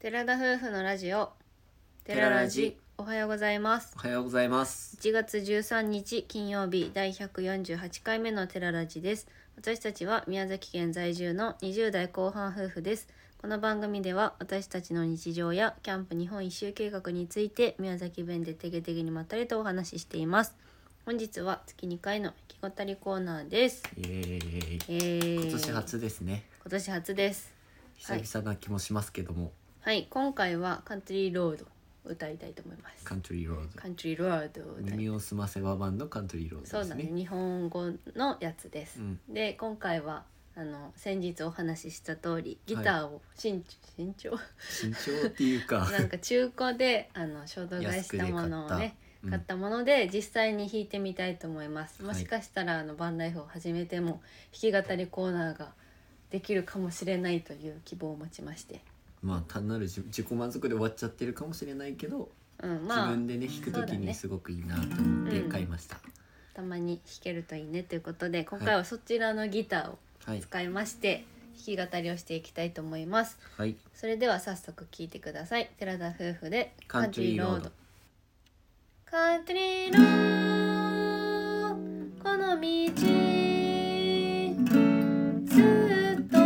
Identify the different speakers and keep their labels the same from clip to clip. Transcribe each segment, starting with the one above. Speaker 1: 寺田夫婦のラジオ
Speaker 2: 寺ラジ
Speaker 1: おはようございます
Speaker 2: おはようございます。
Speaker 1: 1月13日金曜日第148回目の寺ラジです私たちは宮崎県在住の20代後半夫婦ですこの番組では私たちの日常やキャンプ日本一周計画について宮崎弁でてげてげにまったりとお話ししています本日は月2回の弾き語りコーナーです
Speaker 2: イエーイ。
Speaker 1: えー、
Speaker 2: 今年初ですね。
Speaker 1: 今年初ですはい
Speaker 2: 久々な気もしますけども、
Speaker 1: はい、今回はカントリーロードを歌いたいと思います。
Speaker 2: カントリーロード。
Speaker 1: カントリーロードを歌い
Speaker 2: 耳を澄ませば版のカントリーロード
Speaker 1: そう
Speaker 2: です
Speaker 1: だ
Speaker 2: ね。
Speaker 1: ね、日本語のやつです。
Speaker 2: うん
Speaker 1: で、今回はあの先日お話しした通り、ギターを新新 調
Speaker 2: 身長っていう か、
Speaker 1: なんか中古であの衝動買い
Speaker 2: 安
Speaker 1: し
Speaker 2: く
Speaker 1: た
Speaker 2: で
Speaker 1: も
Speaker 2: 買
Speaker 1: の
Speaker 2: っ
Speaker 1: を
Speaker 2: た
Speaker 1: ね。。
Speaker 2: うん
Speaker 1: 買ったもので実際に弾いてみたいと思います。
Speaker 2: はい
Speaker 1: もしかしたらあのバンライフを始めても弾き語りコーナーができるかもしれないという希望を持ちまして、
Speaker 2: まあ単なる自自己満足で終わっちゃってるかもしれないけど、
Speaker 1: うん、まあ
Speaker 2: 自分でね弾くと
Speaker 1: そう
Speaker 2: き
Speaker 1: だね
Speaker 2: にすごくいいなと思って
Speaker 1: うん
Speaker 2: 買いました。
Speaker 1: たまに弾けるといいねということで今回はそちらのギターを
Speaker 2: はい
Speaker 1: 使いまして弾き語りをしていきたいと思います
Speaker 2: はい。
Speaker 1: それでは早速聴いてください寺田夫婦で
Speaker 2: カントリーロード。
Speaker 1: カントリーロードこの道ずっと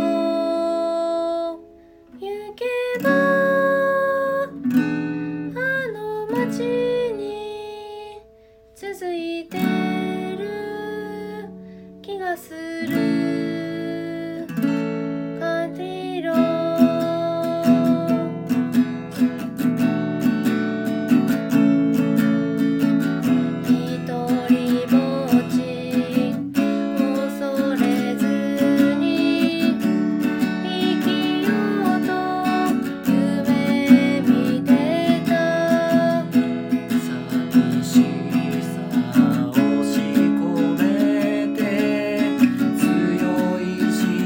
Speaker 1: 行けばあの街に続いてる気がするカントリーロード「ひとりぼっち」「恐れずに」「生きようと夢見てた」
Speaker 2: 寂しさを押し込めて強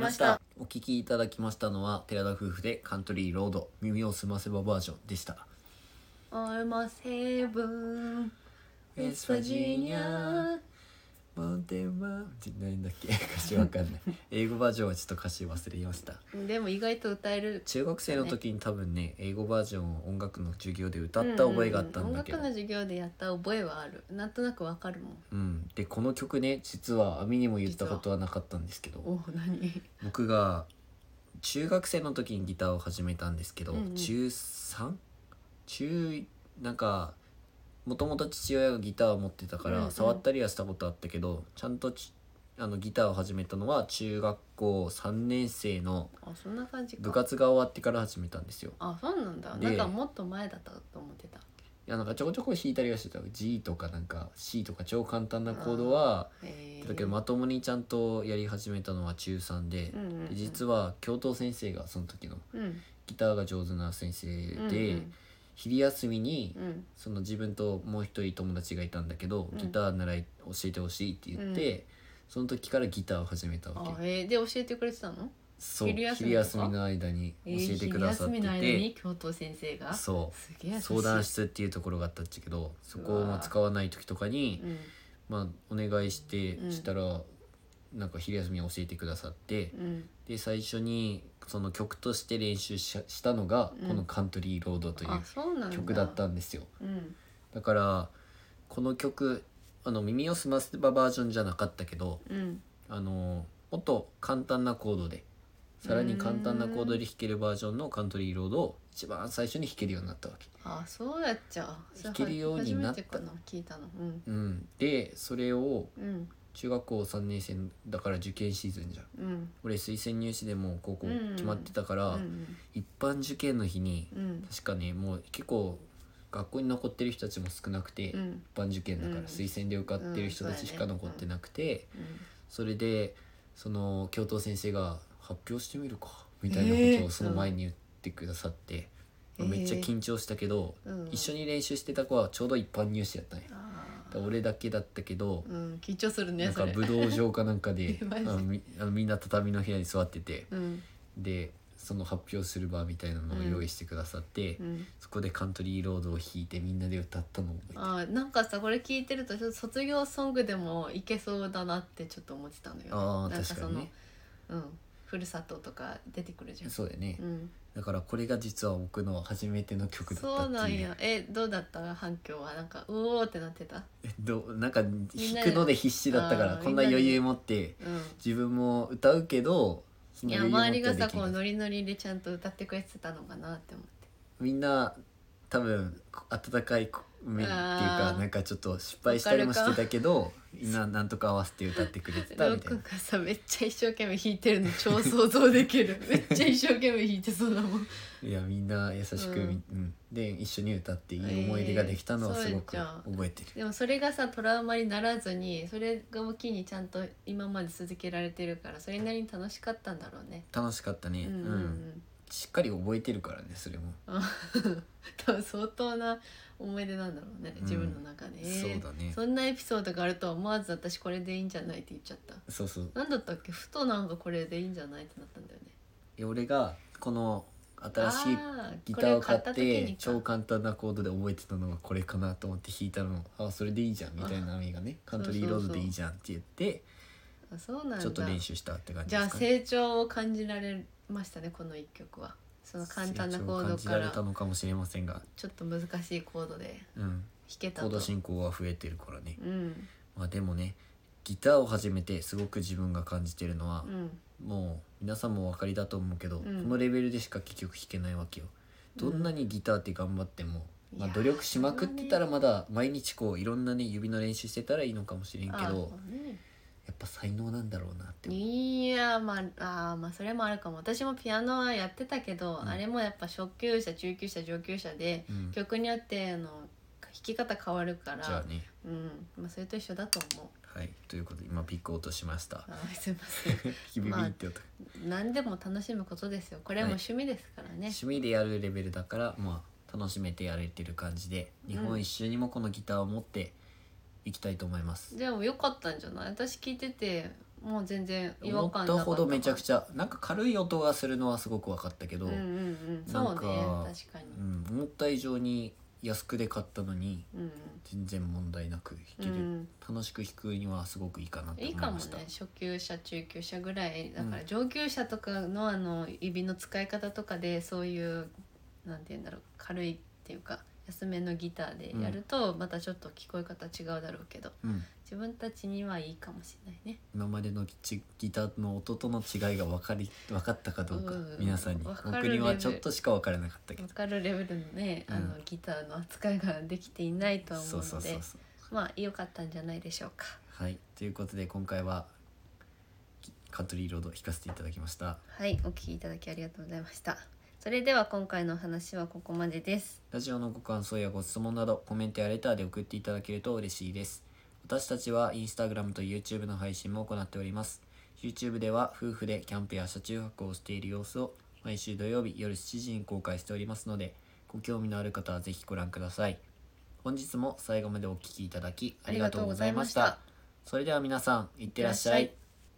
Speaker 1: ました。
Speaker 2: お聞きいただきましたのは寺田夫婦でカントリーロード耳をすませばバージョンでした。
Speaker 1: Almost heaven, West
Speaker 2: West Virginia
Speaker 1: Virginia.
Speaker 2: マウンテンマンって何だっけ 歌詞わかんない。英語バージョンはちょっと歌詞忘れました。
Speaker 1: でも意外と歌える。
Speaker 2: 中学生の時に多分ね英語バージョンを音楽の授業で歌った覚えがあったんだけど。
Speaker 1: うう音楽の授業でやった覚えはある。なんとなくわかるもん。
Speaker 2: うん、でこの曲ね実は網にも言ったことはなかったんですけど
Speaker 1: おお、何。
Speaker 2: 僕が中学生の時にギターを始めたんですけど、
Speaker 1: うんうん
Speaker 2: 中 3? 中なんかもともと父親がギターを持ってたか
Speaker 1: うんう
Speaker 2: ら
Speaker 1: ん
Speaker 2: 触ったりはしたことあったけど、ちゃんとちあのギターを始めたのは中学校3年生の
Speaker 1: あ、そんな感じか。
Speaker 2: 部活が終わってから始めたんですよ。
Speaker 1: あ、そうなんだ。
Speaker 2: で
Speaker 1: なんかもっと前だったと思ってた。
Speaker 2: いやなんかちょこちょこ弾いたりはしてた G とかなんか C とか超簡単なコードは
Speaker 1: へえ。
Speaker 2: だけどまともにちゃんとやり始めたのは中3で
Speaker 1: う、んうんうん、
Speaker 2: で実は教頭先生がその時の
Speaker 1: うん、
Speaker 2: ギターが上手な先生で、
Speaker 1: うん
Speaker 2: 昼休みに
Speaker 1: うんうん、
Speaker 2: その自分ともう一人友達がいたんだけど、
Speaker 1: うん
Speaker 2: ギター習い教えてほしいって言って、その時からギターを始めたわ
Speaker 1: あえ
Speaker 2: け
Speaker 1: ー、で教えてくれてたの
Speaker 2: そう
Speaker 1: 昼休
Speaker 2: 昼休
Speaker 1: みとか
Speaker 2: みの間に教えてくださって
Speaker 1: えー昼休みの間
Speaker 2: て、
Speaker 1: に教頭先生がう
Speaker 2: そ
Speaker 1: す
Speaker 2: う
Speaker 1: げえ
Speaker 2: 相談
Speaker 1: し、
Speaker 2: 室っていうところがあったんだけどそこをまあ使わない時とかに
Speaker 1: うん
Speaker 2: まあお願いして
Speaker 1: うん
Speaker 2: したら、なんか昼休みに教えてくださって、
Speaker 1: うん、
Speaker 2: で最初にその曲として練習ししたのが
Speaker 1: うん
Speaker 2: この「カントリーロード」とい
Speaker 1: あ
Speaker 2: う
Speaker 1: そうなんだ
Speaker 2: 曲だったんですよ、
Speaker 1: うん
Speaker 2: だからこの曲あの耳を澄ませばバージョンじゃなかったけど
Speaker 1: うん
Speaker 2: あのもっと簡単なコードでさらに簡単なコードで弾けるバージョンの「カントリーロード」を一番最初に弾けるようになったわけ。
Speaker 1: あそうやっちゃう
Speaker 2: 弾けるようになっ
Speaker 1: それ初めて
Speaker 2: た
Speaker 1: かな聞いたのうん
Speaker 2: うん、でそれを
Speaker 1: うん
Speaker 2: 中学校3年生だから受験シーズンじゃん
Speaker 1: うん
Speaker 2: 俺推薦入試でもう高校
Speaker 1: うん
Speaker 2: 決まってたから、
Speaker 1: うん
Speaker 2: 一般受験の日に
Speaker 1: うん
Speaker 2: 確かねもう結構学校に残ってる人たちも少なくて、
Speaker 1: う
Speaker 2: 一
Speaker 1: ん
Speaker 2: 般受験だから、
Speaker 1: うん
Speaker 2: 推薦で受かってる人たちしか残ってなくて、それでその教頭先生が「発表してみるか」みたいなことをその前に言ってくださって、
Speaker 1: うん
Speaker 2: めっちゃ緊張したけど、
Speaker 1: うん
Speaker 2: 一緒に練習してた子はちょうど一般入試やったんや。だか
Speaker 1: あ
Speaker 2: ら
Speaker 1: ー
Speaker 2: 俺だけだったけど、
Speaker 1: うん緊張するね
Speaker 2: なんか
Speaker 1: それ
Speaker 2: 武道場かなんかで
Speaker 1: えマジで
Speaker 2: あのみあのみんな畳の部屋に座ってて
Speaker 1: うん
Speaker 2: でその発表する場みたいなのを用意してくださって、
Speaker 1: うん
Speaker 2: そこでカントリーロードを弾いてみんなで歌ったのを覚えてる
Speaker 1: あーなんかさこれ聞いてるとちょっと卒業ソングでもいけそうだなってちょっと思ってたのよ
Speaker 2: あー
Speaker 1: なん
Speaker 2: 確かにね
Speaker 1: そのうんふるさととか出てくるじゃん
Speaker 2: そうだよね、
Speaker 1: うん、
Speaker 2: だからこれが実は僕の初めての曲だった
Speaker 1: そうな
Speaker 2: って
Speaker 1: ん
Speaker 2: いう
Speaker 1: やえどうだった反響はなんかうおーってなってた
Speaker 2: えっとなんか弾
Speaker 1: なで
Speaker 2: くので必死だったから
Speaker 1: あー
Speaker 2: こんな
Speaker 1: みんなで
Speaker 2: 余裕持って
Speaker 1: う
Speaker 2: 自分も歌うけどそ
Speaker 1: んい
Speaker 2: の
Speaker 1: や
Speaker 2: 余裕
Speaker 1: 周りが
Speaker 2: 持ってはで
Speaker 1: さ
Speaker 2: き
Speaker 1: こう
Speaker 2: ない
Speaker 1: ノリノリでちゃんと歌ってくれてたのかなって思って
Speaker 2: みんな多分こ温かい目っていう
Speaker 1: あ
Speaker 2: か
Speaker 1: ー
Speaker 2: なんかちょっと失敗したりもしてたけどみんななんとか合わせて歌ってくれてた
Speaker 1: りょ
Speaker 2: み
Speaker 1: う
Speaker 2: た
Speaker 1: く
Speaker 2: い
Speaker 1: ん
Speaker 2: な
Speaker 1: がさめっちゃ一生懸命弾いてるの超想像でき るめっちゃ一生懸命弾いてそうだもん
Speaker 2: いやみんな優しく、
Speaker 1: うん
Speaker 2: みうんで一緒に歌っていい思い出ができたのは
Speaker 1: えー
Speaker 2: すごく
Speaker 1: そうや
Speaker 2: 覚
Speaker 1: じ
Speaker 2: えてる。
Speaker 1: でもそれがさトラウマにならずにそれがもう機にちゃんと今まで続けられてるからそれなりに楽しかったんだろうね
Speaker 2: 楽しかったね、
Speaker 1: う
Speaker 2: うんん
Speaker 1: うんうん
Speaker 2: しっかり覚えてるからねそれも、
Speaker 1: あ多分相当な思い出なんだろうね自分の中で、
Speaker 2: そうだね
Speaker 1: そんなエピソードがあるとは思わず私これでいいんじゃないって言っちゃった
Speaker 2: そうそう
Speaker 1: 何だったっけふとなんかこれでいいんじゃないってなったんだよね
Speaker 2: いや俺がこの新しい
Speaker 1: あー
Speaker 2: ギターを
Speaker 1: これを買
Speaker 2: 買っ
Speaker 1: った時にか
Speaker 2: て超簡単なコードで覚えてたのがこれかなと思って弾いたのあそれでいいじゃんみたいな意味がねカントリーロードでいいじゃんって言って
Speaker 1: あそうなんだ
Speaker 2: ちょっと練習したって感じ
Speaker 1: じ
Speaker 2: で
Speaker 1: ゃ
Speaker 2: す
Speaker 1: あ
Speaker 2: か、ね、
Speaker 1: 成長を感じられましたねこの一曲はその簡単なコード
Speaker 2: 成長を感じ
Speaker 1: から
Speaker 2: れ
Speaker 1: ら
Speaker 2: たのかもしれませんが、
Speaker 1: ちょっと難しいコードで
Speaker 2: うん、
Speaker 1: 弾けた
Speaker 2: コー
Speaker 1: と
Speaker 2: ド進行は増えてるからね、
Speaker 1: うん
Speaker 2: まあでもねギターを始めてすごく自分が感じてるのは
Speaker 1: う、ん
Speaker 2: もう皆さんもお分かりだと思うけど、
Speaker 1: ん
Speaker 2: このレベルでしか結局弾けないわけよどんなにギターって頑張っても、
Speaker 1: うん
Speaker 2: まあ、
Speaker 1: いやー
Speaker 2: 努力しまくってたらまだ毎日こういろんなね指の練習してたらいいのかもしれんけ
Speaker 1: あ
Speaker 2: ど
Speaker 1: そうね
Speaker 2: やっぱ才能なんだろうなって思う
Speaker 1: いやまああーまあそれもあるかも私もピアノはやってたけど、
Speaker 2: うん
Speaker 1: あれもやっぱ初級者中級者上級者で、
Speaker 2: うん
Speaker 1: 曲によってあの弾き方変わるか
Speaker 2: じゃ
Speaker 1: ら
Speaker 2: あ、ね
Speaker 1: うんまあ、それと一緒だと思う
Speaker 2: はいということで今ピック落としました
Speaker 1: あーすいません
Speaker 2: ビビビって音、
Speaker 1: 何でも楽しむことですよこれも
Speaker 2: はい
Speaker 1: 趣味ですからね、
Speaker 2: 趣味でやるレベルだからまあ楽しめてやれてる感じで日本一周にもこのギターを持っていきたいと思います、
Speaker 1: でも良かったんじゃない私聞いててもう全然違
Speaker 2: 思
Speaker 1: 和
Speaker 2: っ
Speaker 1: 感
Speaker 2: たほどめちゃく
Speaker 1: ゃ
Speaker 2: ちゃなんか軽い音がするのはすごく分かったけど、
Speaker 1: う
Speaker 2: うん
Speaker 1: うん
Speaker 2: ん
Speaker 1: うんそうね
Speaker 2: なんか
Speaker 1: 確かに、
Speaker 2: 思った以上に安くで買ったのに
Speaker 1: うん
Speaker 2: 全然問題なく弾ける、
Speaker 1: うん
Speaker 2: 楽しく弾くにはすごくいいかなと
Speaker 1: い
Speaker 2: 思い
Speaker 1: いかも
Speaker 2: ま
Speaker 1: ね
Speaker 2: した
Speaker 1: 初級者中級者ぐらいだか
Speaker 2: う
Speaker 1: ら
Speaker 2: ん
Speaker 1: 上級者とかのあの指の使い方とかでそういうなんて言うんだろう軽いっていうか安めのギターでやるとまたちょっと聞こえ方違うだろうけど
Speaker 2: うん、
Speaker 1: 自分たちにはいいかもしれないね。
Speaker 2: 今までのギギターの音との違いが分かり分かったかどうか、
Speaker 1: うん
Speaker 2: 皆さんに
Speaker 1: 分かる
Speaker 2: 僕にはちょっとしか分からなかったけ
Speaker 1: わ
Speaker 2: ど
Speaker 1: かるレベルのね、あの
Speaker 2: う
Speaker 1: ギターの扱いができていないとは思
Speaker 2: そううそ
Speaker 1: の
Speaker 2: うそう
Speaker 1: で
Speaker 2: そう
Speaker 1: まあ良かったんじゃないでしょうか。
Speaker 2: はいということで今回はきカントリーロード弾かせていただきました
Speaker 1: はいお聞きいただきありがとうございました。それでは今回のお話はここまでです。
Speaker 2: ラジオのご感想やご質問などコメントやレターで送っていただけると嬉しいです私たちはインスタグラムと YouTube の配信も行っております YouTube では夫婦でキャンプや車中泊をしている様子を毎週土曜日夜7時に公開しておりますのでご興味のある方はぜひご覧ください本日も最後までお聴きいただきありがとうございました
Speaker 1: ありがとうございま
Speaker 2: それでは皆さんいってらっしゃい